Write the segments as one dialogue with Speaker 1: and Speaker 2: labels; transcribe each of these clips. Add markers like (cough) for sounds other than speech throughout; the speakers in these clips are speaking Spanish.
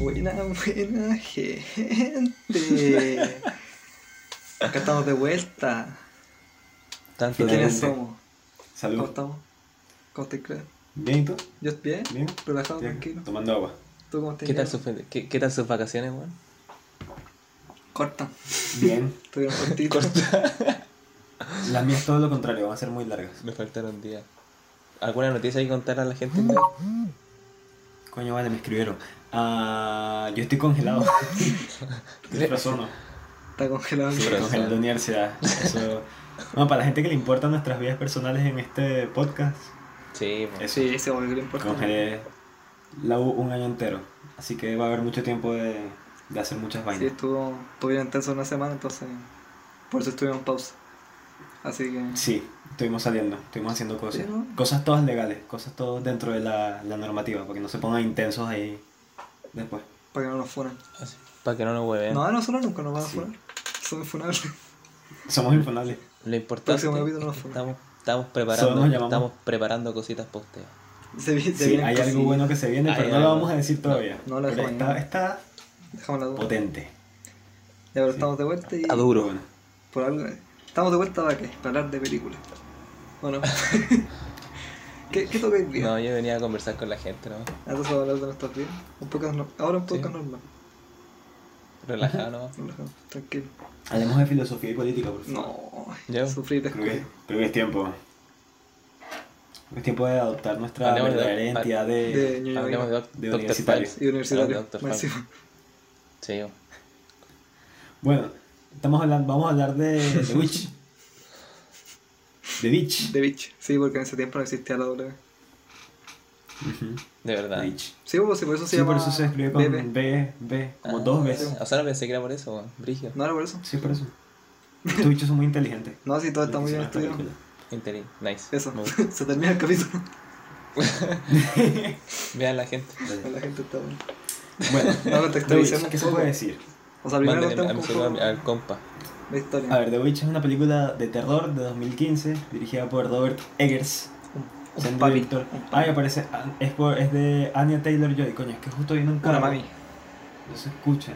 Speaker 1: Buena, buena gente. Acá estamos de vuelta.
Speaker 2: Tanto
Speaker 1: ¿Y quiénes
Speaker 2: tiempo.
Speaker 1: somos? ¿Cómo
Speaker 3: Salud.
Speaker 1: estamos? ¿Cómo te crees?
Speaker 3: ¿Bien y tú?
Speaker 1: ¿Yo estoy bien?
Speaker 3: Bien.
Speaker 1: ¿Relajado,
Speaker 3: Bien.
Speaker 1: tranquilo?
Speaker 3: Tomando agua.
Speaker 1: ¿Tú cómo te
Speaker 2: ¿Qué tal,
Speaker 1: llamas?
Speaker 2: sus, qué, qué tal sus vacaciones, weón?
Speaker 1: Corta.
Speaker 3: Bien.
Speaker 1: Estoy bien cortito.
Speaker 3: Las mías todo lo contrario, van a ser muy largas.
Speaker 2: Me faltaron días. ¿Alguna noticia que contar a la gente?
Speaker 3: Coño, vale, me escribieron. Ah, yo estoy congelado. Tienes razón, ¿no?
Speaker 1: Está congelado.
Speaker 3: Sí,
Speaker 2: Corazón.
Speaker 3: congelado de universidad. Eso... No, para la gente que le importan nuestras vidas personales en este podcast,
Speaker 2: Sí, weón.
Speaker 3: eso.
Speaker 1: Sí, se volvió lo importante.
Speaker 3: congelé la U un año entero. Así que va a haber mucho tiempo de, de hacer muchas
Speaker 1: Sí,
Speaker 3: vainas.
Speaker 1: estuvo, estuvieron tensos una semana, entonces por eso estuvimos en pausa. Así que...
Speaker 3: Sí, estuvimos saliendo, estuvimos haciendo cosas.
Speaker 1: Sí, ¿no?
Speaker 3: Cosas todas legales, cosas todas dentro de la, la normativa, para que no se pongan intensos ahí después.
Speaker 1: Para que no nos funen.
Speaker 2: Así, Para que no nos hueven.
Speaker 1: No, a nosotros nunca nos van a
Speaker 3: Sí.
Speaker 1: funar. Somos funables. (laughs)
Speaker 3: Somos infunables.
Speaker 2: Lo importante
Speaker 1: Próximo capítulo
Speaker 2: es
Speaker 1: no
Speaker 2: que
Speaker 1: fue.
Speaker 2: estamos, estamos
Speaker 3: Solo nos
Speaker 2: preparando,
Speaker 3: llamamos.
Speaker 2: estamos preparando cositas para ustedes.
Speaker 1: Se, vi- se
Speaker 3: Sí,
Speaker 1: vienen
Speaker 3: hay algo
Speaker 1: cosillas.
Speaker 3: bueno que se viene,
Speaker 2: Hay
Speaker 3: pero no lo
Speaker 2: algo.
Speaker 3: vamos a decir todavía.
Speaker 1: No, no lo
Speaker 3: Pero
Speaker 1: dejamos
Speaker 3: está,
Speaker 1: ahí.
Speaker 3: está
Speaker 1: Dejamos la duda.
Speaker 3: potente.
Speaker 1: Ya, pero
Speaker 3: Sí.
Speaker 1: estamos de vuelta y...
Speaker 2: Está duro.
Speaker 3: Bueno,
Speaker 1: Por algo, estamos de vuelta para qué? Para hablar de películas.
Speaker 2: (laughs)
Speaker 1: Bueno. ¿Qué, ¿Qué toca hoy día?
Speaker 2: No, yo venía a conversar con la gente, ¿no?
Speaker 1: Antes vamos a hablar de nuestros días. Un podcast no- ahora un podcast
Speaker 2: Sí.
Speaker 1: normal.
Speaker 2: Relajado,
Speaker 1: (laughs)
Speaker 2: ¿no?
Speaker 1: relajado, Tranquilo.
Speaker 3: hablemos de filosofía y política, por favor.
Speaker 1: No.
Speaker 2: ¿Yo?
Speaker 1: Sufrí
Speaker 3: Creo que,
Speaker 1: después.
Speaker 3: creo que es tiempo. Es tiempo de adoptar nuestra
Speaker 2: Hablemos de-
Speaker 3: verdadera identidad de...
Speaker 1: De ñoño
Speaker 2: Hablemos de, doc-
Speaker 3: De
Speaker 2: Dr.
Speaker 3: universitario.
Speaker 2: Files.
Speaker 1: y universitario.
Speaker 2: Ah, Doctor
Speaker 1: más
Speaker 2: Fauci.
Speaker 1: encima.
Speaker 2: Sí, weón.
Speaker 3: Bueno, estamos hablando, vamos a hablar de,
Speaker 1: (laughs)
Speaker 3: de Witch. De Witch.
Speaker 1: De Bitch. Sí, porque en ese tiempo no existía la W.
Speaker 3: Ujú.
Speaker 2: de verdad.
Speaker 3: De Witch.
Speaker 1: Sí, pues, sí, por eso se
Speaker 3: Sí,
Speaker 1: llama.
Speaker 3: por eso se escribe con
Speaker 1: BB.
Speaker 3: B, B, como
Speaker 2: Ah,
Speaker 3: dos veces.
Speaker 2: O sea, no pensé que era por eso, weón. Brigio.
Speaker 1: No era por eso.
Speaker 3: Sí, por eso. Estos bichos son muy inteligentes.
Speaker 1: No, sí, todo está muy bien
Speaker 3: Hicieron las
Speaker 1: estudiado.
Speaker 2: Interi- Nice.
Speaker 1: Eso.
Speaker 2: Me
Speaker 1: (laughs)
Speaker 2: gusta.
Speaker 1: se termina el capítulo. (laughs)
Speaker 2: Vean la gente.
Speaker 3: películas.
Speaker 1: La gente está buena.
Speaker 3: Bueno,
Speaker 1: No
Speaker 3: The
Speaker 1: contextualicemos
Speaker 3: Witch,
Speaker 1: un
Speaker 3: ¿qué se
Speaker 1: poco.
Speaker 3: puede decir?
Speaker 1: O sea, primero
Speaker 2: Mándenle a mi
Speaker 1: contemos
Speaker 2: saludo a mi-
Speaker 1: como
Speaker 2: al compa.
Speaker 1: la historia.
Speaker 3: A ver, The Witch es una película de terror de 2015 dirigida por Robert Eggers.
Speaker 1: un
Speaker 3: siendo
Speaker 1: papi,
Speaker 3: director.
Speaker 1: un papi.
Speaker 3: Ah, y aparece. Es, por- es de Anya Taylor Joy. Coño, es que justo vino un
Speaker 1: Una
Speaker 3: carro.
Speaker 1: mami.
Speaker 3: No se escucha.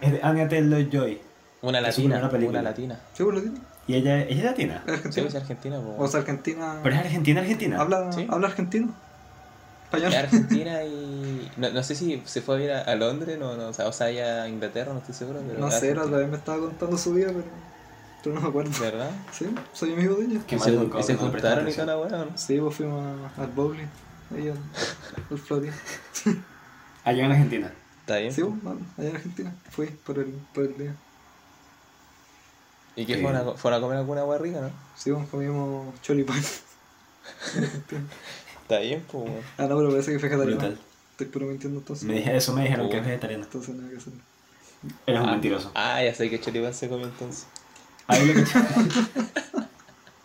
Speaker 3: Es de Anya Taylor Joy.
Speaker 2: Una
Speaker 3: Es su
Speaker 2: latina.
Speaker 3: primera película.
Speaker 2: Una latina.
Speaker 1: ¿Sí, por lo que-
Speaker 3: Y ella, ella es latina.
Speaker 2: Sí,
Speaker 1: Argentina.
Speaker 2: es argentina, po,
Speaker 1: O
Speaker 2: weón.
Speaker 1: sea, Argentina.
Speaker 3: Pero es argentina, argentina.
Speaker 1: Habla,
Speaker 2: Sí.
Speaker 1: habla argentino. Español.
Speaker 2: Es argentina y. No, no sé si se fue a ir a, a Londres no, no, o sea, o sea, allá a Inglaterra, no estoy seguro. Pero
Speaker 1: No
Speaker 2: es
Speaker 1: sé, la otra
Speaker 2: argentina.
Speaker 1: vez me estaba contando su vida, pero. Pero no me acuerdo.
Speaker 2: ¿Verdad?
Speaker 1: Sí, soy amigo de ella.
Speaker 3: Qué
Speaker 2: Y
Speaker 3: mal
Speaker 2: se,
Speaker 3: educado
Speaker 2: y se
Speaker 3: que no le presta
Speaker 2: juntaron y toda
Speaker 3: atención.
Speaker 2: la weá, ¿o ¿no?
Speaker 1: Sí, pues fuimos a- al bowling. Ahí al, al Florín.
Speaker 3: Allá en Argentina.
Speaker 2: Está bien.
Speaker 1: Sí, pues, bueno, allá en Argentina. Fui por el, por el día.
Speaker 2: ¿Y qué
Speaker 3: Sí.
Speaker 2: fueron, a, fueron a comer alguna weá rica, no?
Speaker 1: Sí, pues comimos choripán. (laughs)
Speaker 2: Está bien, pues weón.
Speaker 1: ah, no, pero parece que fue vegetariano.
Speaker 3: Brutal.
Speaker 1: Estoy puro mintiendo entonces.
Speaker 3: Me dije eso, me dijeron
Speaker 2: Oh.
Speaker 3: que es vegetariana.
Speaker 1: Entonces nada que hacer.
Speaker 3: Eres un
Speaker 2: Ah.
Speaker 3: mentiroso.
Speaker 2: Ah, ya sé que Choripán se comió entonces.
Speaker 3: Ahí le cachamos.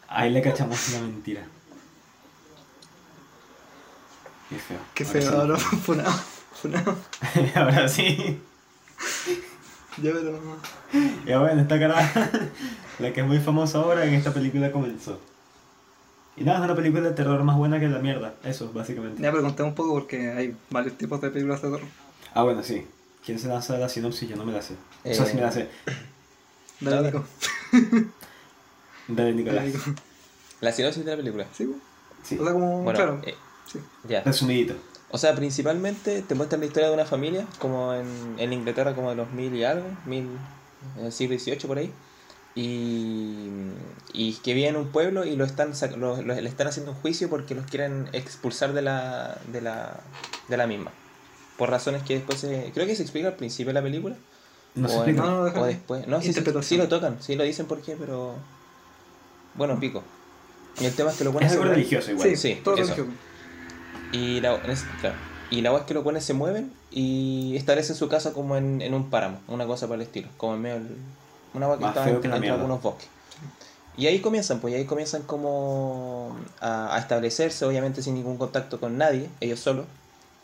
Speaker 3: Ahí le cachamos una mentira. Qué feo.
Speaker 1: Qué
Speaker 3: Ahora
Speaker 1: feo,
Speaker 3: sí.
Speaker 1: ahora (laughs) funado. Funado.
Speaker 3: (laughs) Ahora sí.
Speaker 1: Ya, pero no.
Speaker 3: Ya bueno, esta cara, la que es muy famosa ahora en esta película comenzó. Y nada, es una película de terror más buena que la mierda. Eso, básicamente.
Speaker 1: Ya, pero contemos un poco porque hay varios tipos de películas de terror.
Speaker 3: Ah, bueno, sí. ¿Quién se lanza la sinopsis? Yo no me la sé. O sea,
Speaker 2: Eh.
Speaker 3: sí me la sé.
Speaker 1: Dale,
Speaker 2: Dale.
Speaker 1: Nico.
Speaker 3: Dale, Nicolás.
Speaker 1: Dale, Nico.
Speaker 2: La sinopsis de la película.
Speaker 1: Sí, pues.
Speaker 3: Sí.
Speaker 1: O sea, como,
Speaker 2: Bueno,
Speaker 1: claro,
Speaker 2: eh,
Speaker 1: sí.
Speaker 2: ya.
Speaker 3: Resumidito.
Speaker 2: O sea, principalmente te muestran la historia de una familia, como en, en Inglaterra, como de los mil y algo, mil, en el siglo XVIII por ahí. Y, y que viven en un pueblo y lo están, sac- lo- lo- le están haciendo un juicio porque los quieren expulsar de la, de la, de la misma. Por razones que después se, creo que se explica al principio de la película.
Speaker 3: No se
Speaker 2: o, en-
Speaker 3: explica.
Speaker 1: No, no, déjalo.
Speaker 2: o después. No, sí, sí,
Speaker 1: Interpretación.
Speaker 2: sí lo tocan, sí lo dicen por qué, pero. Bueno, pico. Y el tema es que lo ponen
Speaker 3: Es algo religioso igual.
Speaker 1: sí,
Speaker 2: sí,
Speaker 1: todo
Speaker 2: eso.
Speaker 1: religioso.
Speaker 2: Y la, es- claro, y la hueá es que los buenos se mueven y establecen su casa como en, en un páramo, una cosa para el estilo, como en medio del- una hueá que
Speaker 3: Más
Speaker 2: estaba
Speaker 3: feo
Speaker 2: en-
Speaker 3: que la
Speaker 2: entre
Speaker 3: mierda.
Speaker 2: algunos bosques. Y ahí comienzan, pues, y ahí comienzan como a, a establecerse, obviamente sin ningún contacto con nadie, ellos solos.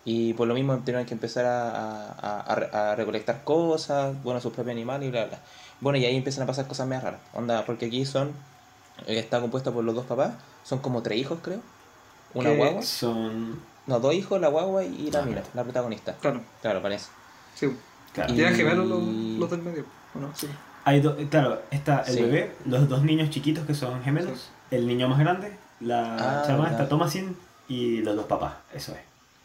Speaker 2: Y por lo mismo tienen que empezar a, a- a- a re- a recolectar cosas, bueno, sus propios animales y bla, bla. Bueno, y ahí empiezan a pasar cosas más raras. Onda, porque aquí son, eh, está compuesta por los dos papás, son como tres hijos, creo. Una
Speaker 1: Que-
Speaker 2: guagua.
Speaker 3: Son
Speaker 2: No, dos hijos, la guagua y
Speaker 3: Ah,
Speaker 2: la mina, la protagonista.
Speaker 1: Claro,
Speaker 2: Claro, parece.
Speaker 1: sí.
Speaker 3: Claro.
Speaker 1: Y eran
Speaker 2: Y-
Speaker 1: gemelos los, los del medio. ¿o no? Sí.
Speaker 3: Hay do- claro, está el
Speaker 2: Sí.
Speaker 3: bebé, los dos niños chiquitos que son gemelos, el niño más grande, la
Speaker 2: Ah,
Speaker 3: chama
Speaker 2: verdad.
Speaker 3: está Thomasin y los dos papás, eso es.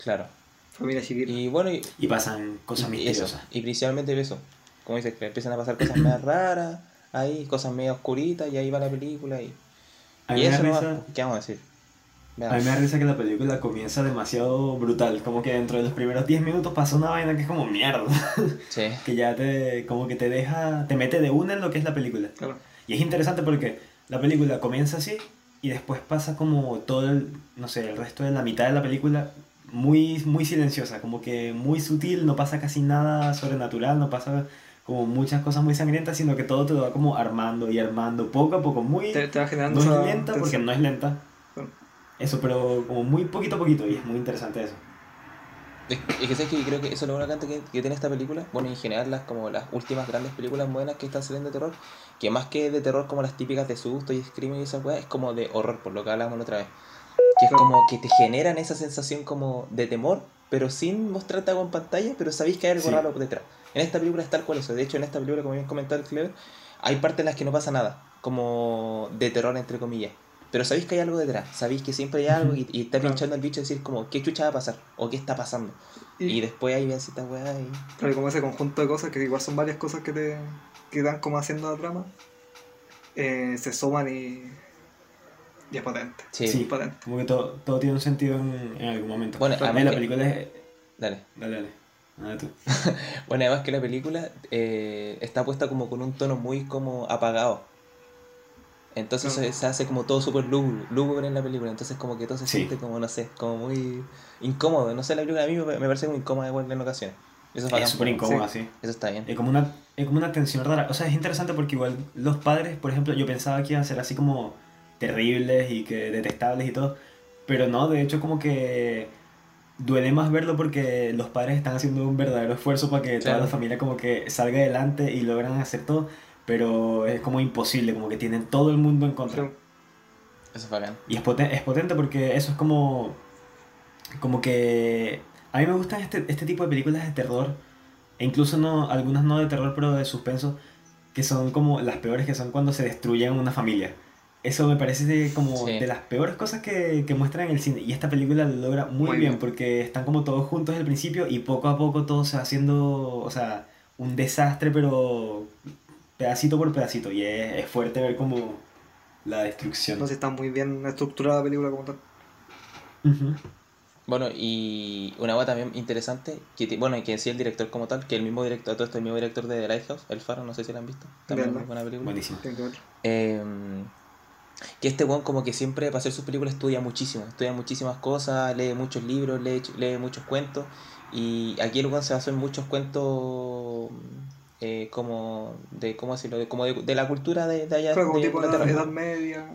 Speaker 2: Claro.
Speaker 1: Familia chiquita.
Speaker 2: Y bueno, y,
Speaker 3: Y pasan cosas
Speaker 2: y eso.
Speaker 3: misteriosas.
Speaker 2: Y principalmente eso. Como dices, que empiezan a pasar cosas más raras, ahí, cosas medio oscuritas, y ahí va la película. Y,
Speaker 3: A mí,
Speaker 2: y
Speaker 3: me da
Speaker 2: eso nomás,
Speaker 3: risa,
Speaker 2: pues, ¿qué vamos a decir?
Speaker 3: a mí me da risa que la película comienza demasiado brutal, como que dentro de los primeros 10 minutos pasa una vaina que es como mierda,
Speaker 2: Sí.
Speaker 3: que ya te, como que te deja, te mete de una en lo que es la película.
Speaker 1: Claro.
Speaker 3: Y es interesante porque la película comienza así y después pasa como todo el, no sé, el resto de la mitad de la película muy, muy silenciosa, como que muy sutil, no pasa casi nada sobrenatural, no pasa como muchas cosas muy sangrientas, sino que todo te lo va como armando y armando poco a poco, muy...
Speaker 1: Te, te va generando
Speaker 3: No es
Speaker 1: esa
Speaker 3: lenta porque
Speaker 1: tensión.
Speaker 3: no es lenta.
Speaker 1: Claro.
Speaker 3: Eso, pero como muy poquito a poquito y es muy interesante eso.
Speaker 2: Es, es que sabes que creo que eso es lo bueno que, que- que tiene esta película. Bueno, en general, las, como las últimas grandes películas buenas que están saliendo de terror, que más que de terror, como las típicas de susto y screaming y esas weas, es como de horror, por lo que hablábamos la otra vez. Que es como que te generan esa sensación como de temor, pero sin mostrarte algo en pantalla, pero sabéis que hay algo
Speaker 3: Sí.
Speaker 2: raro detrás. En esta película es tal cual eso. De hecho, en esta película, como bien comentó el Clever, hay partes en las que no pasa nada, como de terror, entre comillas. Pero sabéis que hay algo detrás, sabéis que siempre hay algo y, y está
Speaker 1: Claro.
Speaker 2: pinchando el bicho y decir como, ¿qué chucha va a pasar? ¿O qué está pasando? Y,
Speaker 1: Y,
Speaker 2: después ahí ven ciertas weas y...
Speaker 1: claro, y como ese conjunto de cosas, que igual son varias cosas que te que dan como haciendo la trama, eh, se suman y, y es potente.
Speaker 2: Sí.
Speaker 1: Es
Speaker 3: Sí.
Speaker 1: potente.
Speaker 3: Como que todo, todo tiene un sentido en, en algún momento.
Speaker 2: Bueno,
Speaker 3: Claro,
Speaker 2: además
Speaker 3: la
Speaker 2: que-
Speaker 3: película es...
Speaker 2: Dale.
Speaker 3: Dale, dale. Dale tú.
Speaker 2: Bueno, además que la película eh, está puesta como con un tono muy como apagado. Entonces
Speaker 1: Claro.
Speaker 2: se, se hace como todo súper lúgubre lúgubre en la película. Entonces como que todo se
Speaker 3: Sí.
Speaker 2: siente como, no sé, como muy incómodo. No sé, la película a mí me, me parece como incómoda igual en ocasiones. Eso es bacán,
Speaker 3: Es súper
Speaker 2: pero-
Speaker 3: incómodo así.
Speaker 2: Eso está bien.
Speaker 3: Es como una, es como una tensión rara. O sea, es interesante porque igual los padres, por ejemplo, yo pensaba que iban a ser así como terribles y que detestables y todo. Pero no, de hecho como que duele más verlo porque los padres están haciendo un verdadero esfuerzo para que
Speaker 2: Claro.
Speaker 3: toda la familia como que salga adelante y logran hacer todo. Pero es como imposible, como que tienen todo el mundo en contra.
Speaker 1: Sí.
Speaker 2: Eso es bacán.
Speaker 3: Y es, poten- es potente porque eso es como. Como que. A mí me gustan este, este tipo de películas de terror. E incluso no, algunas no de terror, pero de suspenso. Que son como las peores que son cuando se destruyen una familia. Eso me parece de- como
Speaker 2: Sí.
Speaker 3: de las peores cosas que, que muestran en el cine. Y esta película lo logra muy,
Speaker 1: Muy
Speaker 3: bien,
Speaker 1: bien.
Speaker 3: porque están como todos juntos al principio y poco a poco todo se va haciendo. O sea, un desastre, pero pedacito por pedacito. Y es, es fuerte ver como la destrucción.
Speaker 1: No sé, está muy bien estructurada la película como tal.
Speaker 3: Ujú.
Speaker 2: Bueno, y una cosa también interesante, que ti- bueno, y que decía el director como tal, que el mismo director, todo esto el mismo director de The Lighthouse, El Faro, no sé si lo han visto, también es
Speaker 1: Verdad.
Speaker 2: muy buena película.
Speaker 3: Buenísimo.
Speaker 1: Tiene que verlo.
Speaker 2: Eh, que este weón como que siempre para hacer sus películas estudia muchísimo, estudia muchísimas cosas, lee muchos libros, lee, ch- lee muchos cuentos. Y aquí el weón se basó en muchos cuentos eh, como de cómo decirlo, de, como de, de la cultura de, de allá
Speaker 1: Claro, como
Speaker 2: de
Speaker 1: tipo de
Speaker 2: Inglaterra.
Speaker 1: edad media.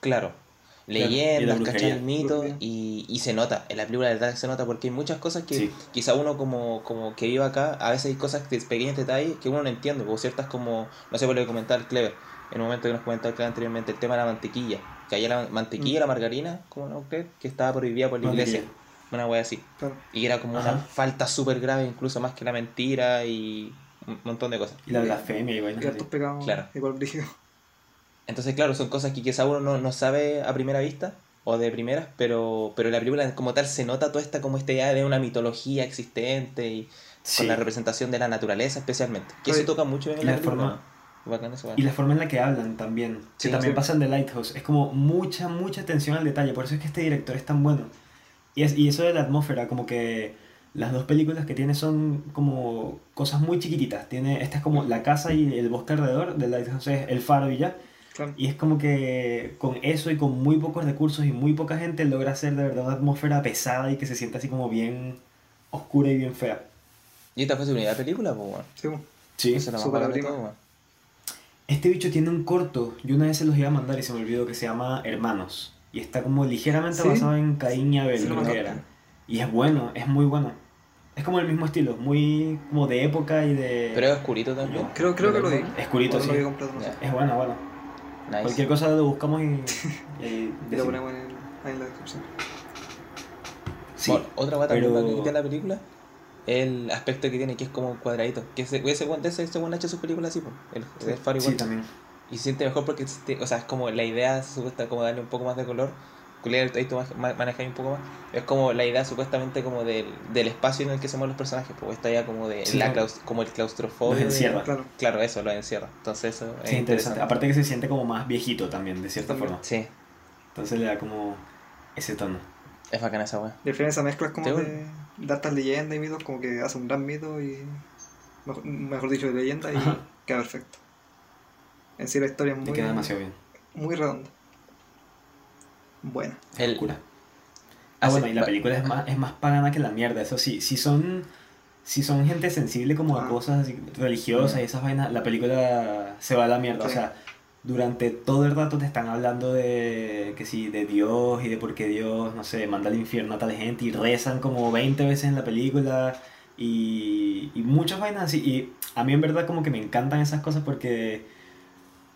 Speaker 2: Claro.
Speaker 3: y la
Speaker 2: Leyendas,
Speaker 3: brujería.
Speaker 2: ¿cachai? Mitos,
Speaker 1: Brujería.
Speaker 2: y, y se nota, en la película de verdad se nota, porque hay muchas cosas que
Speaker 3: Sí.
Speaker 2: quizá uno como, como que vive acá, a veces hay cosas, de pequeños detalles que uno no entiende, o ciertas como, no sé por lo que comentaba el Clever, en un momento que nos comentaba el Clever anteriormente, el tema de la mantequilla, que allá la mantequilla,
Speaker 1: Mm.
Speaker 2: la margarina, como no crees, que estaba prohibida por la iglesia, una wea así,
Speaker 1: Claro.
Speaker 2: y era como una
Speaker 3: Ajá.
Speaker 2: falta súper grave, incluso más que la mentira y un montón de cosas.
Speaker 3: Y la blasfemia y
Speaker 1: Y
Speaker 3: vainas así.
Speaker 1: hartos pecados.
Speaker 2: Claro.
Speaker 1: Igual brígido. (laughs)
Speaker 2: Entonces, claro, son cosas que quizá uno no, no sabe a primera vista o de primeras, pero, pero en la película como tal se nota toda esta como esta idea de una mitología existente y
Speaker 3: Sí.
Speaker 2: con la representación de la naturaleza especialmente. Que eso
Speaker 1: Oye,
Speaker 2: toca mucho en
Speaker 3: la
Speaker 2: la película.
Speaker 3: forma-
Speaker 2: Bacán eso,
Speaker 3: Y
Speaker 2: bacán.
Speaker 3: la forma en la que hablan también.
Speaker 2: Sí,
Speaker 3: que también
Speaker 1: sí.
Speaker 3: pasa en The Lighthouse. Es como mucha, mucha atención al detalle. Por eso es que este director es tan bueno. Y, es, y eso de la atmósfera, como que las dos películas que tiene son como cosas muy chiquititas. Tiene, esta es como la casa y el bosque alrededor. The Lighthouse es el faro y ya.
Speaker 1: Claro.
Speaker 3: Y es como que con eso y con muy pocos recursos y muy poca gente logra hacer de verdad una atmósfera pesada y que se sienta así como bien oscura y bien fea.
Speaker 2: Y esta fue su primera película, pues, weón.
Speaker 1: Sí, bueno.
Speaker 3: Sí.
Speaker 2: Eso es lo más
Speaker 1: Súper
Speaker 2: bacán de
Speaker 1: prima.
Speaker 2: todo, weón.
Speaker 3: Este bicho tiene un corto, yo una vez se los iba a mandar y se me olvidó que se llama Hermanos. Y está como ligeramente
Speaker 1: ¿Sí?
Speaker 3: basado en Caín y Abel,
Speaker 1: Sí, lo
Speaker 3: creo que
Speaker 1: mandaste.
Speaker 3: era. Y es bueno, es muy bueno. Es como el mismo estilo, muy como de época y de...
Speaker 2: Pero es oscurito también.
Speaker 1: Creo, creo que lo vi.
Speaker 3: Escurito,
Speaker 1: O
Speaker 3: sí.
Speaker 1: Lo vi completo, no sé.
Speaker 2: Ya.
Speaker 3: Es bueno, bueno.
Speaker 2: Nice.
Speaker 3: Cualquier
Speaker 1: (laughs)
Speaker 3: cosa lo buscamos y... y ahí
Speaker 1: Y lo
Speaker 3: decimos.
Speaker 1: ponemos en, el- ahí en la descripción.
Speaker 3: Sí.
Speaker 2: Bueno, otra guata
Speaker 3: pero-
Speaker 2: loca que tiene la película, el aspecto que tiene, que es como un cuadradito. Que ese, ese, weón- de ese, ese weón ha hecho sus películas así, po, el, el Far
Speaker 3: Sí,
Speaker 2: igual.
Speaker 3: también.
Speaker 2: Y se siente mejor porque, existe- o sea, es como la idea supuesta como darle un poco más de color, culiar el texto, ma- ma- manejar un poco más. Es como la idea supuestamente como del, del espacio en el que se mueven los personajes, pues esta idea como de
Speaker 3: Sí,
Speaker 2: la
Speaker 3: ¿no?
Speaker 2: claus- como el claustrofobio.
Speaker 3: Los
Speaker 2: de-
Speaker 3: encierra.
Speaker 1: Claro.
Speaker 2: Claro, eso lo encierra. Entonces eso es
Speaker 3: Sí, interesante. Aparte que se siente como más viejito también, de cierta
Speaker 1: También.
Speaker 3: forma.
Speaker 2: Sí,
Speaker 3: Entonces le da como ese tono.
Speaker 2: es bacana esa weá.
Speaker 1: Y al final esa mezcla es como
Speaker 2: Sí,
Speaker 1: de, de hartas leyendas y mitos, como que hace un gran mito y. Mejor, mejor dicho, de leyenda y
Speaker 3: Ajá.
Speaker 1: queda perfecto. En sí la historia es
Speaker 3: Le
Speaker 1: muy,
Speaker 3: queda demasiado bien.
Speaker 1: muy redonda. Buena.
Speaker 2: El,
Speaker 3: Locura. Ah, bueno, y la película es más, es más pagana que la mierda. Eso sí, si son, si son gente sensible como a
Speaker 1: Ah.
Speaker 3: cosas así, religiosas y esas vainas, la película se va a la mierda. O
Speaker 1: Sí.
Speaker 3: sea, durante todo el rato te están hablando de que sí, de Dios y de por qué Dios, no sé, manda al infierno a tal gente y rezan como 20 veces en la película y, y muchas vainas así. Y a mí en verdad como que me encantan esas cosas porque...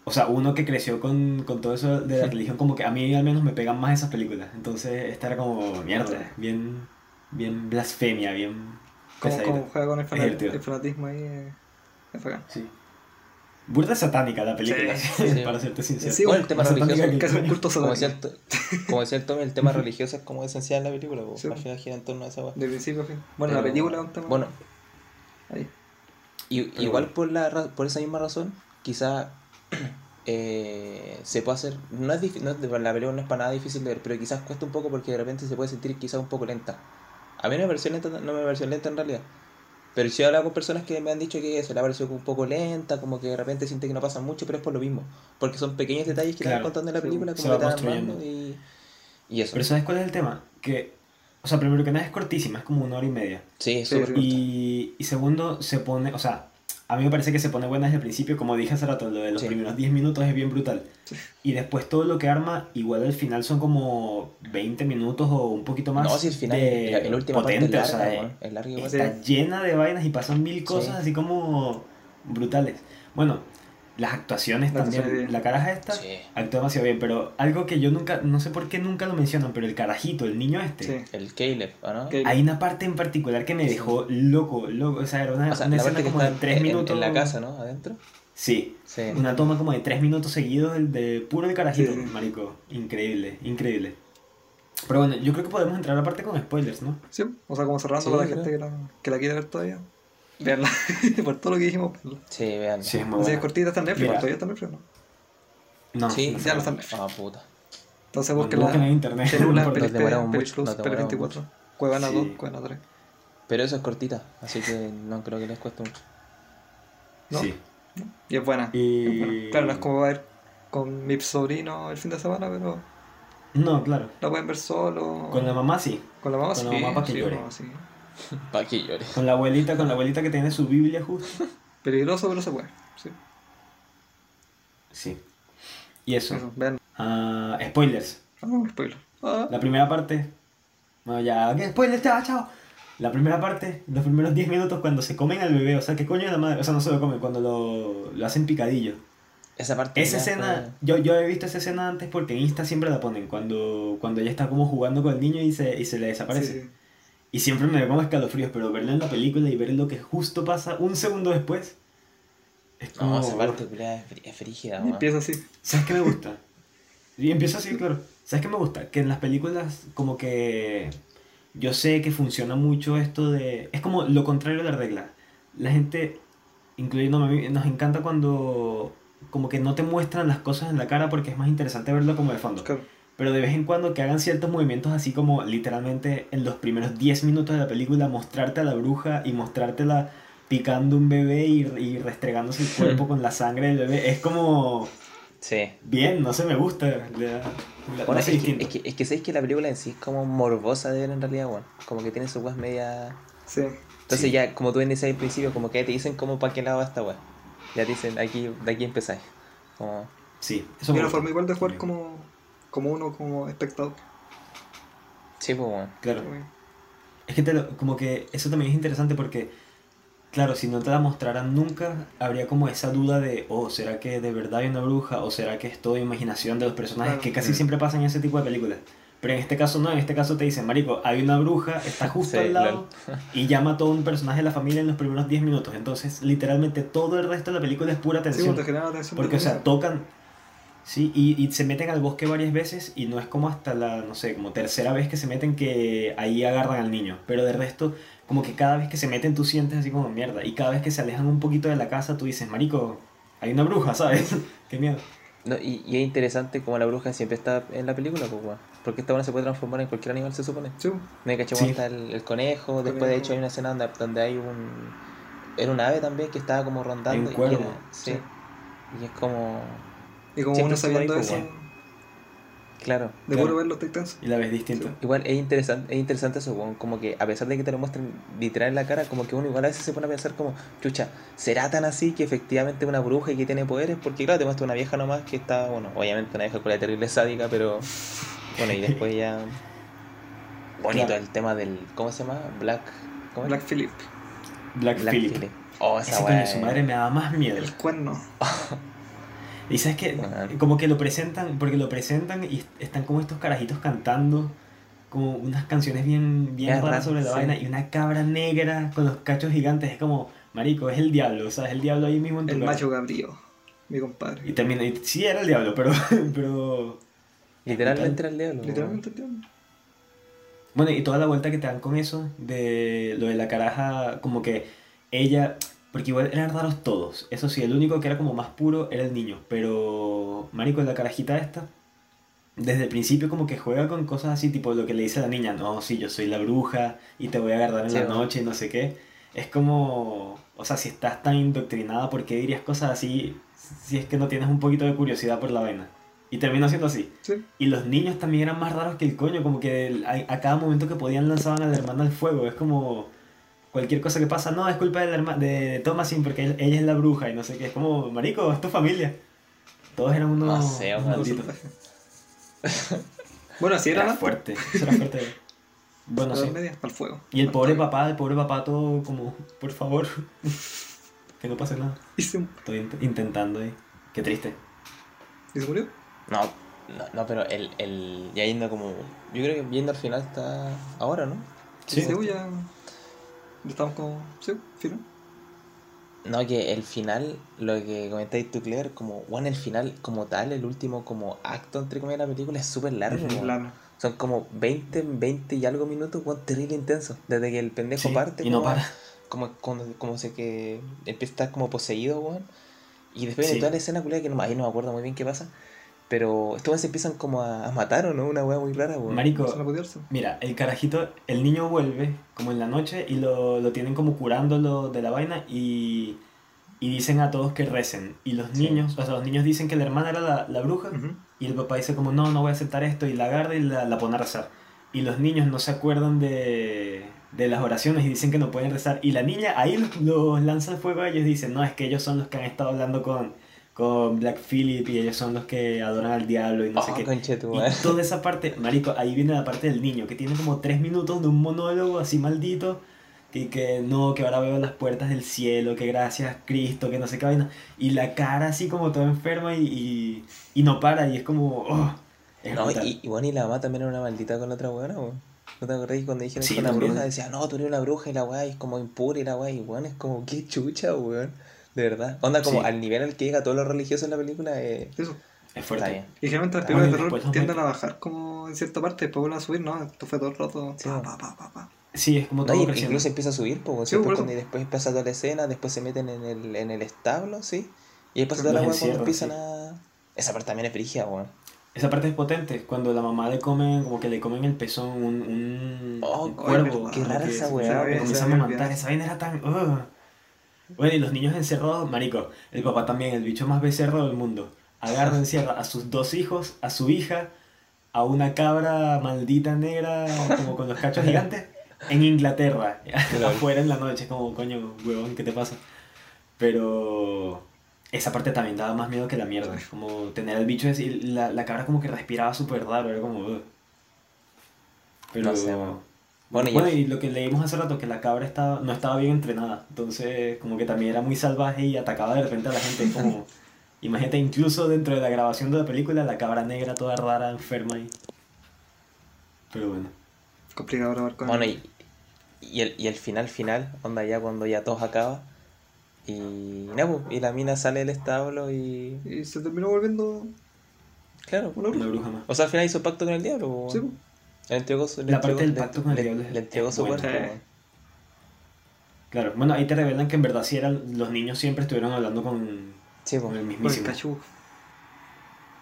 Speaker 3: O sea, uno que creció con, con todo eso de la religión, como que a mí al menos me pegan más esas películas. Entonces, esta era como mierda, bien, bien blasfemia, bien
Speaker 2: Pues
Speaker 1: Como,
Speaker 3: pesadita.
Speaker 1: como juega con el, fana-
Speaker 3: divertido.
Speaker 1: el fanatismo ahí. eh, es bacán.
Speaker 3: Sí. Burda satánica la película, (laughs)
Speaker 2: Sí, sí.
Speaker 3: para serte sincero.
Speaker 1: Sí,
Speaker 2: bueno, el tema
Speaker 3: más
Speaker 2: religioso,
Speaker 1: Que
Speaker 3: satánica
Speaker 1: es un culto satánico.
Speaker 2: como decía, el to- (laughs) como decía el Tommy, el tema religioso es como esencial en la película, pues,
Speaker 1: Sí.
Speaker 2: al final gira en torno a esa weá.
Speaker 1: De principio a fin. Bueno, la
Speaker 2: Pero-
Speaker 1: película es un tema.
Speaker 2: Bueno,
Speaker 1: Ahí.
Speaker 2: Y,
Speaker 3: Pero
Speaker 2: igual
Speaker 3: bueno.
Speaker 2: por, la, ra- por esa misma razón, quizá (clears throat) eh, se puede hacer. No es difí- no es- la película no es para nada difícil de ver, pero quizás cuesta un poco porque de repente se puede sentir quizás un poco lenta. A mí no me pareció lenta, no me pareció lenta en realidad. Pero sí he hablado con personas que me han dicho que se la pareció un poco lenta, como que de repente sienten que no pasa mucho, pero es por lo mismo. Porque son pequeños detalles que te
Speaker 3: Claro,
Speaker 2: van contando en la
Speaker 1: sí,
Speaker 2: película,
Speaker 3: se
Speaker 2: como que te
Speaker 3: va
Speaker 2: van armando y, y eso.
Speaker 3: Pero ¿sabes cuál es el tema? Que, o sea, primero que nada es cortísima, es como una hora y media.
Speaker 2: Sí, es
Speaker 1: Sí,
Speaker 2: súper
Speaker 1: sí.
Speaker 2: corta.
Speaker 3: Y, y segundo, se pone, o sea, a mí me parece que se pone buena desde el principio, como dije hace rato, lo de los
Speaker 2: Sí.
Speaker 3: primeros 10 minutos es bien brutal.
Speaker 1: Sí.
Speaker 3: Y después todo lo que arma, igual al final son como 20 minutos o un poquito más.
Speaker 2: No, si el final,
Speaker 3: de-
Speaker 2: la, la última
Speaker 3: potente,
Speaker 2: parte es larga,
Speaker 3: o sea,
Speaker 2: weón, es larga igual.
Speaker 1: Sí.
Speaker 3: está llena de vainas y pasan mil cosas
Speaker 2: Sí.
Speaker 3: así como brutales. Bueno, las actuaciones
Speaker 1: Las
Speaker 3: también.
Speaker 1: actuaciones bien.
Speaker 3: La caraja esta
Speaker 2: Sí.
Speaker 3: actúa demasiado bien, pero algo que yo nunca, no sé por qué nunca lo mencionan, pero el carajito, el niño este.
Speaker 1: Sí.
Speaker 2: El Caleb, ¿o ¿no?
Speaker 1: Que-
Speaker 3: Hay una parte en particular que me dejó loco, loco. O sea, era una,
Speaker 2: O sea,
Speaker 3: una
Speaker 2: la
Speaker 3: escena
Speaker 2: parte que
Speaker 3: como
Speaker 2: está
Speaker 3: de tres
Speaker 2: en,
Speaker 3: minutos.
Speaker 2: en la casa, ¿no? Adentro.
Speaker 3: Sí,
Speaker 2: Sí.
Speaker 3: una toma como de tres minutos seguidos del de puro el carajito,
Speaker 1: Sí, sí.
Speaker 3: marico. Increíble, increíble. Pero bueno, yo creo que podemos entrar aparte con spoilers, ¿no?
Speaker 1: Sí, o sea, como cerrando
Speaker 2: Sí,
Speaker 1: para la
Speaker 2: sí.
Speaker 1: gente que la, que la quiere ver todavía. Veanla. (laughs) Por todo lo que dijimos, pues, verla.
Speaker 2: Sí, vean.
Speaker 3: Sí, es muy
Speaker 1: Así es
Speaker 3: bueno.
Speaker 1: cortita, está en Netflix,
Speaker 3: Mira.
Speaker 1: todavía está en Netflix, ¿no?
Speaker 3: No,
Speaker 2: Sí,
Speaker 3: no
Speaker 1: ya lo
Speaker 3: sé.
Speaker 1: están.
Speaker 2: Ah, puta.
Speaker 1: Entonces
Speaker 3: Busquen en
Speaker 1: búsquenla.
Speaker 3: internet. (laughs)
Speaker 1: Celular,
Speaker 3: no importa.
Speaker 1: Pelis
Speaker 2: Nos demoramos
Speaker 1: Pelis
Speaker 2: mucho,
Speaker 1: Plus,
Speaker 2: nos
Speaker 1: Pelis
Speaker 2: demoramos
Speaker 1: 24, Cuevana
Speaker 3: Sí.
Speaker 1: 2, Cuevana 3.
Speaker 2: Pero eso es cortita, así que no creo que les cueste mucho.
Speaker 1: ¿no?
Speaker 3: Sí.
Speaker 1: Y es buena. es
Speaker 3: Y...
Speaker 1: buena. Claro, no es como ver con mi sobrino el fin de semana, pero
Speaker 3: No, claro.
Speaker 1: la pueden ver solo.
Speaker 3: Con la mamá sí.
Speaker 1: con la mamá,
Speaker 3: con
Speaker 1: sí.
Speaker 3: la mamá pa' que
Speaker 1: sí,
Speaker 3: llore.
Speaker 1: no, sí.
Speaker 2: Pa' que llore.
Speaker 3: Con la abuelita, con la abuelita que tiene su Biblia justo.
Speaker 1: Peligroso, pero se puede. Sí.
Speaker 3: Sí. Y eso.
Speaker 1: Eso, vean.
Speaker 3: Ah, spoilers.
Speaker 1: Ah, un spoiler. Ah,
Speaker 3: La primera parte. Bueno, ya. ok, Spoilers, chao, chao. La primera parte, los primeros 10 minutos cuando se comen al bebé. O sea, ¿qué coño de la madre? O sea, no se lo comen, cuando lo, lo hacen picadillo.
Speaker 2: Esa parte.
Speaker 3: Esa
Speaker 2: ya
Speaker 3: escena, yo, yo he visto esa escena antes porque en Insta siempre la ponen. Cuando, cuando ella está como jugando con el niño y se, y se le desaparece.
Speaker 1: sí, sí.
Speaker 3: Y siempre me da como escalofríos, pero verla en la película y ver lo que justo pasa un segundo después. Es
Speaker 2: fue- No,
Speaker 3: como.
Speaker 2: esa parte culiá, es, frí- es frígida,
Speaker 1: Y
Speaker 2: weón.
Speaker 1: empieza así.
Speaker 3: ¿Sabes qué me gusta? (laughs) Y empiezo así, claro. ¿Sabes qué me gusta? Que en las películas, como que. Yo sé que funciona mucho esto de. Es como lo contrario de la regla. La gente, incluyéndome a mí, nos encanta cuando. Como que no te muestran las cosas en la cara porque es más interesante verlo como de fondo.
Speaker 1: Claro.
Speaker 3: Pero de vez en cuando que hagan ciertos movimientos así como literalmente en los primeros 10 minutos de la película mostrarte a la bruja y mostrártela picando un bebé y, y restregándose el cuerpo con la sangre del bebé. Es como
Speaker 2: Sí.
Speaker 3: bien, no sé, me gusta. Le da, le- lo
Speaker 2: Bueno, es,
Speaker 3: hace
Speaker 2: que,
Speaker 3: distinto.
Speaker 2: es, que, es que sabéis que la película en sí es como morbosa de ver en realidad, weón. Como que tiene sus weas media.
Speaker 1: Sí.
Speaker 2: Entonces
Speaker 3: Sí.
Speaker 2: ya, como tú decías al principio, como que te dicen como pa' qué lado va esta wea. Ya te dicen, aquí, de aquí empezáis. Como.
Speaker 3: Sí, eso
Speaker 1: Y
Speaker 3: me
Speaker 1: una
Speaker 3: gusta.
Speaker 1: forma igual de jugar como, como uno, como espectador.
Speaker 2: Sí, pues, weón.
Speaker 3: Claro. Es que te lo- como que eso también es interesante porque, claro, si no te la mostraran nunca, habría como esa duda de, oh, ¿será que de verdad hay una bruja? ¿O será que es todo imaginación de los personajes?
Speaker 1: Claro.
Speaker 3: Que casi
Speaker 2: Mm.
Speaker 3: siempre pasa en ese tipo de películas. Pero en este caso no, en este caso te dicen, marico, hay una bruja, está
Speaker 2: Sí,
Speaker 3: justo al lado
Speaker 2: (laughs) lol.
Speaker 3: y llama a todo un personaje de la familia en los primeros 10 minutos. Entonces, literalmente todo el resto de la película es pura
Speaker 1: Sí,
Speaker 3: tensión.
Speaker 1: pues, te genera atención.
Speaker 3: Porque, o sea, tocan. Sí, y, y se meten al bosque varias veces y no es como hasta la, no sé, como tercera vez que se meten que ahí agarran al niño. Pero de resto, como que cada vez que se meten tú sientes así como mierda. Y cada vez que se alejan un poquito de la casa tú dices, marico, hay una bruja, ¿sabes? (laughs) Qué miedo.
Speaker 2: No, y, y es interesante como la bruja siempre está en la película, pues, weón. Porque esta buena se puede transformar en cualquier animal, se supone.
Speaker 1: Sí, pues.
Speaker 2: Me caché
Speaker 3: Sí.
Speaker 2: está el, el conejo. Después, de hecho, hay una escena donde, donde hay un. Era un ave también que estaba como rondando.
Speaker 3: Hay un
Speaker 2: y
Speaker 3: cuervo,
Speaker 2: era- sí.
Speaker 1: sí.
Speaker 2: Y es como.
Speaker 1: y como
Speaker 2: Siempre
Speaker 1: uno sabiendo
Speaker 2: estuvo
Speaker 1: eso,
Speaker 2: ahí, Claro.
Speaker 1: de
Speaker 3: pues, Claro.
Speaker 1: puro verlo está intenso.
Speaker 3: Y la ves distinta.
Speaker 2: Igual es interesante, es interesante eso, weón, como que a pesar de que te lo muestren literal en la cara, como que uno igual a veces se pone a pensar como, chucha, ¿será tan así que efectivamente una bruja y que tiene poderes? Porque claro, te muestra una vieja nomás que está, bueno, obviamente una vieja con la terrible sádica, pero bueno, y después ya... Bonito
Speaker 3: Claro.
Speaker 2: el tema del, ¿cómo se llama? Black... ¿cómo era?
Speaker 1: Black Phillip,
Speaker 3: Black,
Speaker 2: Black
Speaker 3: Phillip.
Speaker 2: Phillip. Oh,
Speaker 3: Ese
Speaker 2: esa
Speaker 3: coño
Speaker 2: weá.
Speaker 3: de su madre me da más miedo.
Speaker 1: el cuerno.
Speaker 3: Y sabes que
Speaker 2: Bueno.
Speaker 3: como que lo presentan, porque lo presentan y est- están como estos carajitos cantando como unas canciones bien, bien
Speaker 2: Es
Speaker 3: raras
Speaker 2: raro,
Speaker 3: sobre la
Speaker 2: sí.
Speaker 3: vaina y una cabra negra con los cachos gigantes. Es como, marico, es el diablo, o sea, es el diablo ahí mismo en tu
Speaker 1: El
Speaker 3: cara.
Speaker 1: macho cabrío, mi compadre.
Speaker 3: Y también, y- sí era el diablo, pero, (laughs) pero...
Speaker 2: Literalmente era el diablo. weón.
Speaker 1: Literalmente, tío.
Speaker 3: Bueno, y toda la vuelta que te dan con eso, de lo de la caraja, como que ella... Porque igual eran raros todos. Eso sí, el único que era como más puro era el niño. Pero, marico, la carajita esta, desde el principio como que juega con cosas así, tipo lo que le dice a la niña, no, sí, yo soy la bruja y te voy a agarrar en
Speaker 2: Sí,
Speaker 3: la
Speaker 2: ¿no?
Speaker 3: noche y no sé qué. Es como, o sea, si estás tan indoctrinada, ¿por qué dirías cosas así si es que no tienes un poquito de curiosidad por la vaina? Y termina siendo así.
Speaker 1: Sí.
Speaker 3: Y los niños también eran más raros que el coño, como que el- a, a cada momento que podían lanzaban a la hermana al fuego. Es como cualquier cosa que pasa, no, es culpa de, la herma- de Thomasin porque él- ella es la bruja y no sé qué. Es como, marico, es tu familia. Todos eran unos,
Speaker 2: No sé,
Speaker 3: unos
Speaker 2: ojalá.
Speaker 3: malditos.
Speaker 1: Bueno, así era,
Speaker 3: Era
Speaker 1: antes,
Speaker 3: fuerte, eso era fuerte. Bueno,
Speaker 1: las
Speaker 3: sí.
Speaker 1: medias, para el fuego.
Speaker 3: Y el
Speaker 1: Al
Speaker 3: pobre
Speaker 1: fuego.
Speaker 3: papá, el pobre papá todo como, por favor, (laughs) que no pase nada.
Speaker 1: ¿Y se,
Speaker 3: Estoy int- intentando ahí. Qué triste.
Speaker 1: y se murió?
Speaker 2: No, no, no, pero el, el, ya yendo como, yo creo que viendo al final está ahora, ¿no?
Speaker 1: Sí,
Speaker 3: Sí.
Speaker 1: sí, ya. ya Estamos como. Sí, fino.
Speaker 2: No, que el final, lo que comentáis tú, Claire, como, bueno, el final como tal, el último como acto, entre comillas, de la película es súper largo.
Speaker 3: Ujú,
Speaker 2: weón.
Speaker 1: Plano.
Speaker 2: Son como 20, 20 y algo minutos, weón, terrible intenso. Desde que el pendejo
Speaker 3: Sí,
Speaker 2: parte,
Speaker 3: y no
Speaker 2: como,
Speaker 3: para.
Speaker 2: como, como, como se que empieza a estar como poseído, weón. Y después
Speaker 3: Sí.
Speaker 2: viene toda la escena culiada que no, ahí no me acuerdo muy bien qué pasa. Pero estos weones se empiezan como a, a matar, ¿o no? Una weá muy rara, weón.
Speaker 1: Se
Speaker 3: Marico,
Speaker 1: la pudiese.
Speaker 3: Mira, el carajito, el niño vuelve como en la noche y lo, lo tienen como curándolo de la vaina y, y dicen a todos que recen. Y los
Speaker 2: Sí.
Speaker 3: niños, o sea, los niños dicen que la hermana era la, la bruja
Speaker 1: Ujú.
Speaker 3: y el papá dice como, no, no voy a aceptar esto y la agarra y la, la pone a rezar. Y los niños no se acuerdan de, de las oraciones y dicen que no pueden rezar. Y la niña ahí los, los lanza al fuego y ellos dicen, no, es que ellos son los que han estado hablando con, con Black Phillip y ellos son los que adoran al diablo y no sé
Speaker 2: Oh,
Speaker 3: qué.
Speaker 2: conchetumare.
Speaker 3: Y toda esa parte, marico, ahí viene la parte del niño, que tiene como tres minutos de un monólogo así maldito, que, que no, que ahora veo las puertas del cielo, que gracias Cristo, que no sé qué vaina, y la cara así como toda enferma y, y, y no para, y es como... oh, es
Speaker 2: No,
Speaker 3: brutal.
Speaker 2: y, y bueno, y la mamá también era una maldita con la otra weona, weón. ¿No te acordás que cuando dijeron
Speaker 3: Sí,
Speaker 2: con la
Speaker 3: también.
Speaker 2: bruja? Decía, no, tú eres una bruja y la weá es como impura y la weá, y weón, es como, qué chucha, weón. De verdad. Onda, como
Speaker 3: Sí.
Speaker 2: al nivel al que llega todo lo religioso en la película, eh,
Speaker 1: Eso.
Speaker 3: es
Speaker 2: está
Speaker 3: fuerte.
Speaker 2: bien.
Speaker 1: Y generalmente las
Speaker 3: Ah,
Speaker 1: películas
Speaker 3: y
Speaker 1: de terror
Speaker 3: después los
Speaker 1: tienden a
Speaker 3: meten.
Speaker 1: bajar como en cierta parte, después vuelven a subir, ¿no? Esto fue todo el rato.
Speaker 2: Sí.
Speaker 1: Pa, pa, pa, pa, pa.
Speaker 3: Sí, es como
Speaker 2: No,
Speaker 3: todo
Speaker 2: y
Speaker 3: creciendo.
Speaker 2: incluso empieza a subir, po, weón,
Speaker 1: Sí,
Speaker 2: ¿cierto?
Speaker 1: por eso.
Speaker 2: Cuando- y después empieza toda la escena, después se meten en el, en el establo, ¿sí? Y después
Speaker 1: Pero
Speaker 2: toda la
Speaker 3: los
Speaker 2: weá cuando empiezan
Speaker 3: encierran,
Speaker 2: a. Esa parte también es brigia, weón.
Speaker 3: Esa parte es potente, cuando la mamá le come, como que le comen el pezón un, un,
Speaker 2: Oh,
Speaker 3: un
Speaker 2: qué
Speaker 3: cuervo.
Speaker 2: qué rara
Speaker 3: como que
Speaker 2: esa
Speaker 3: se-
Speaker 2: weá,
Speaker 3: se
Speaker 2: weón.
Speaker 3: lo (laughs)
Speaker 1: Se
Speaker 3: Comenzamos
Speaker 1: había
Speaker 3: a
Speaker 1: olvidado.
Speaker 3: matar, esa vaina era tan... ugh. Bueno, y los niños encerrados, marico, el papá también, el bicho más becerro del mundo. Agarra, encierra a sus dos hijos, a su hija, a una cabra maldita negra, como con los cachos gigantes, en Inglaterra, afuera en la noche, como, coño, huevón, ¿qué te pasa? Pero... Esa parte también daba más miedo que la mierda. Como tener al bicho ese, y la, la cabra como que respiraba súper raro, era como... "Ugh". Pero...
Speaker 2: No sé, weón. Bueno,
Speaker 3: Bueno,
Speaker 2: y
Speaker 3: y, lo que leímos hace rato, que la cabra estaba, no estaba bien entrenada, entonces como que también era muy salvaje y atacaba de repente a la
Speaker 2: (laughs)
Speaker 3: gente. Como, imagínate, incluso dentro de la grabación de la película, la cabra negra toda rara, enferma y... Pero bueno.
Speaker 1: Complicado grabar con
Speaker 2: Bueno,
Speaker 1: él.
Speaker 2: y, y el, y el final final, onda ya cuando ya todo acaba. Y, no, pues, y la mina sale del establo y...
Speaker 1: Y se terminó volviendo
Speaker 2: Claro.
Speaker 1: una
Speaker 3: Una
Speaker 1: bruja.
Speaker 3: bruja más.
Speaker 2: O sea, al final hizo pacto con el diablo. pues,
Speaker 1: Sí,
Speaker 2: weón.
Speaker 1: po.
Speaker 2: Le entregó su, le
Speaker 3: La
Speaker 2: entregó-
Speaker 3: parte del
Speaker 2: le-
Speaker 3: pacto con el
Speaker 2: le-
Speaker 3: diablo es-
Speaker 2: le entregó
Speaker 3: es
Speaker 2: su
Speaker 3: buena.
Speaker 2: cuerpo.
Speaker 1: Sí.
Speaker 2: weón.
Speaker 3: Claro. Bueno, ahí te revelan que en verdad sí eran. Los niños siempre estuvieron hablando con,
Speaker 2: Sí, pues.
Speaker 3: con el
Speaker 1: con el
Speaker 3: mismísimo.
Speaker 1: cachú.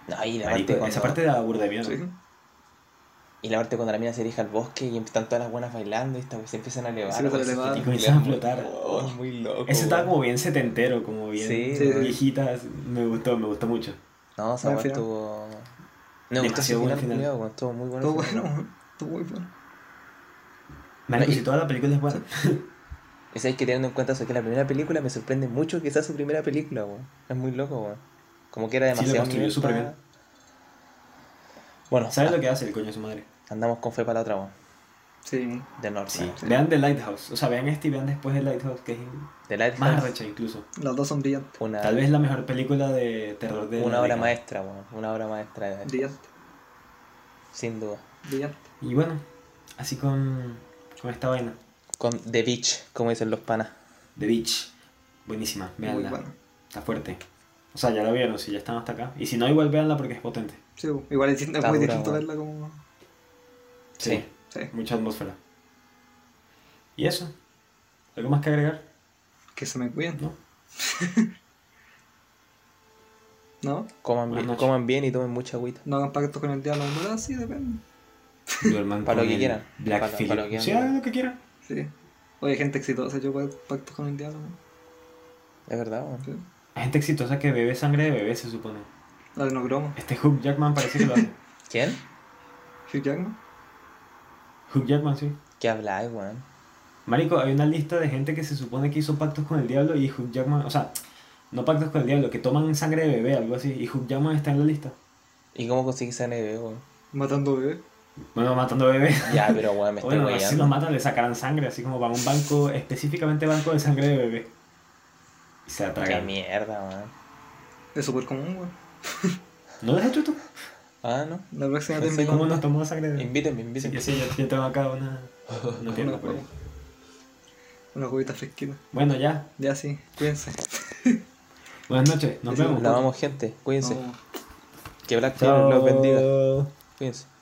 Speaker 2: No, y la
Speaker 3: Marico,
Speaker 2: parte cuando,
Speaker 3: esa parte de la burda de miedo.
Speaker 1: Sí.
Speaker 2: Y la parte cuando la mina se dirige al bosque y están todas las buenas bailando y esta, weón, se empiezan a elevar.
Speaker 1: empiezan a
Speaker 2: weón,
Speaker 1: elevar.
Speaker 2: tipo
Speaker 3: Y comienzan a
Speaker 2: culiao,
Speaker 3: flotar.
Speaker 2: weón, muy loco.
Speaker 3: Ese estaba
Speaker 2: weón.
Speaker 3: como bien setentero, como bien
Speaker 2: Sí,
Speaker 1: Sí, sí.
Speaker 3: viejita. Me gustó, me gustó mucho.
Speaker 2: No, esa
Speaker 1: Buen
Speaker 2: weá
Speaker 1: final.
Speaker 2: estuvo. No, me gustó ese
Speaker 3: Demasiado buen
Speaker 2: final,
Speaker 3: final.
Speaker 2: culiao, weón, estuvo muy bueno.
Speaker 1: Todo
Speaker 2: ese final.
Speaker 1: bueno, (laughs) todo muy bueno.
Speaker 3: Marico,
Speaker 2: Y-
Speaker 3: si toda la película es buena.
Speaker 2: Y sabéis que teniendo en cuenta eso, que la primera película me sorprende mucho que sea su primera película, weón. Es muy loco, weón. Como que era
Speaker 3: Sí, la
Speaker 2: demasiado.
Speaker 3: construyó
Speaker 2: nivel
Speaker 3: súper
Speaker 2: pa-
Speaker 3: bien.
Speaker 2: Bueno, ah,
Speaker 3: ¿Sabes lo que hace el coño de su madre?
Speaker 2: andamos con fe para la otra, weón.
Speaker 1: Sí.
Speaker 2: De norte.
Speaker 3: Sí.
Speaker 2: weón.
Speaker 3: Ah, Vean The Lighthouse. O sea, vean este y vean después The Lighthouse, que es
Speaker 2: The Lighthouse,
Speaker 3: más arrecha incluso.
Speaker 1: Las dos son brillantes.
Speaker 2: Una,
Speaker 3: Tal vez la mejor película de terror de.
Speaker 2: una
Speaker 3: la
Speaker 2: obra
Speaker 3: década.
Speaker 2: maestra, weón. Una obra maestra, eh,
Speaker 1: Brillante.
Speaker 2: sin duda.
Speaker 1: Brillante.
Speaker 3: Y bueno, así con, con esta vaina.
Speaker 2: Con The Beach, como dicen los panas.
Speaker 3: The Beach. Buenísima,
Speaker 1: Muy
Speaker 3: veanla.
Speaker 1: bueno.
Speaker 3: Está fuerte. O sea, ya la vieron, si ya están hasta acá. Y si no, igual veanla porque es potente.
Speaker 1: Sí, po. igual es, distinto- es
Speaker 2: Está
Speaker 1: muy
Speaker 2: dura,
Speaker 1: distinto
Speaker 2: weón.
Speaker 1: verla como.
Speaker 2: Sí.
Speaker 1: Sí.
Speaker 3: Mucha atmósfera. Y eso. ¿Algo más que agregar?
Speaker 1: Que se me cuiden,
Speaker 3: ¿No?
Speaker 1: ¿no?
Speaker 2: Coman
Speaker 3: Buenas
Speaker 2: bien,
Speaker 3: noches.
Speaker 2: coman bien y tomen mucha agüita.
Speaker 1: No hagan pactos con el diablo, en verdad, sí, depende.
Speaker 3: (laughs) Duerman
Speaker 2: Para lo
Speaker 3: con
Speaker 2: que
Speaker 3: el
Speaker 2: quieran.
Speaker 3: Black
Speaker 2: Para-
Speaker 3: Phillip.
Speaker 2: para lo que
Speaker 3: sí,
Speaker 2: quieran.
Speaker 3: hagan lo que quieran.
Speaker 1: Sí. Oye, hay gente exitosa, yo puedo pactos con el diablo. weón.
Speaker 2: Es verdad, weón.
Speaker 1: Sí.
Speaker 3: Hay gente exitosa que bebe sangre de bebé, se supone.
Speaker 1: La de no bromo.
Speaker 3: Este Hugh Jackman parece que lo (laughs) hace.
Speaker 2: ¿Quién?
Speaker 1: Hugh Jackman.
Speaker 3: Hugh Jackman, sí.
Speaker 2: ¿Qué habláis, weón?
Speaker 3: Marico, hay una lista de gente que se supone que hizo pactos con el diablo y Hugh Jackman, o sea, no pactos con el diablo, que toman sangre de bebé, algo así, y Hugh Jackman está en la lista.
Speaker 2: ¿Y cómo conseguís NB, weón?
Speaker 1: Matando bebé.
Speaker 3: Bueno, matando bebé.
Speaker 2: Ya, pero weón,
Speaker 3: (laughs)
Speaker 2: me estoy
Speaker 3: Bueno, así
Speaker 2: weyando.
Speaker 3: los matan, le sacarán sangre, así como para un banco, específicamente banco de sangre de bebé. Y se
Speaker 2: Qué
Speaker 3: atragan.
Speaker 2: mierda, weón.
Speaker 1: Es súper común, weón.
Speaker 3: ¿No lo has hecho tú?
Speaker 2: Ah, no.
Speaker 1: La próxima te
Speaker 2: Sí,
Speaker 1: invito.
Speaker 3: ¿Cómo nos tomó sangre de bebé?
Speaker 2: Invítenme,
Speaker 3: Sí,
Speaker 2: invítenme.
Speaker 3: que sí, yo, yo tengo acá una,
Speaker 2: (laughs)
Speaker 3: una pierna
Speaker 1: Una,
Speaker 3: por ahí.
Speaker 1: una juguita fresquita.
Speaker 3: Bueno, ya.
Speaker 1: Ya sí, cuídense.
Speaker 3: Buenas noches. Nos
Speaker 1: Sí,
Speaker 3: vemos.
Speaker 2: La vamos, gente. Cuídense.
Speaker 1: Nos vemos.
Speaker 2: Que Black Friday los bendiga.
Speaker 3: Chao.
Speaker 2: Cuídense.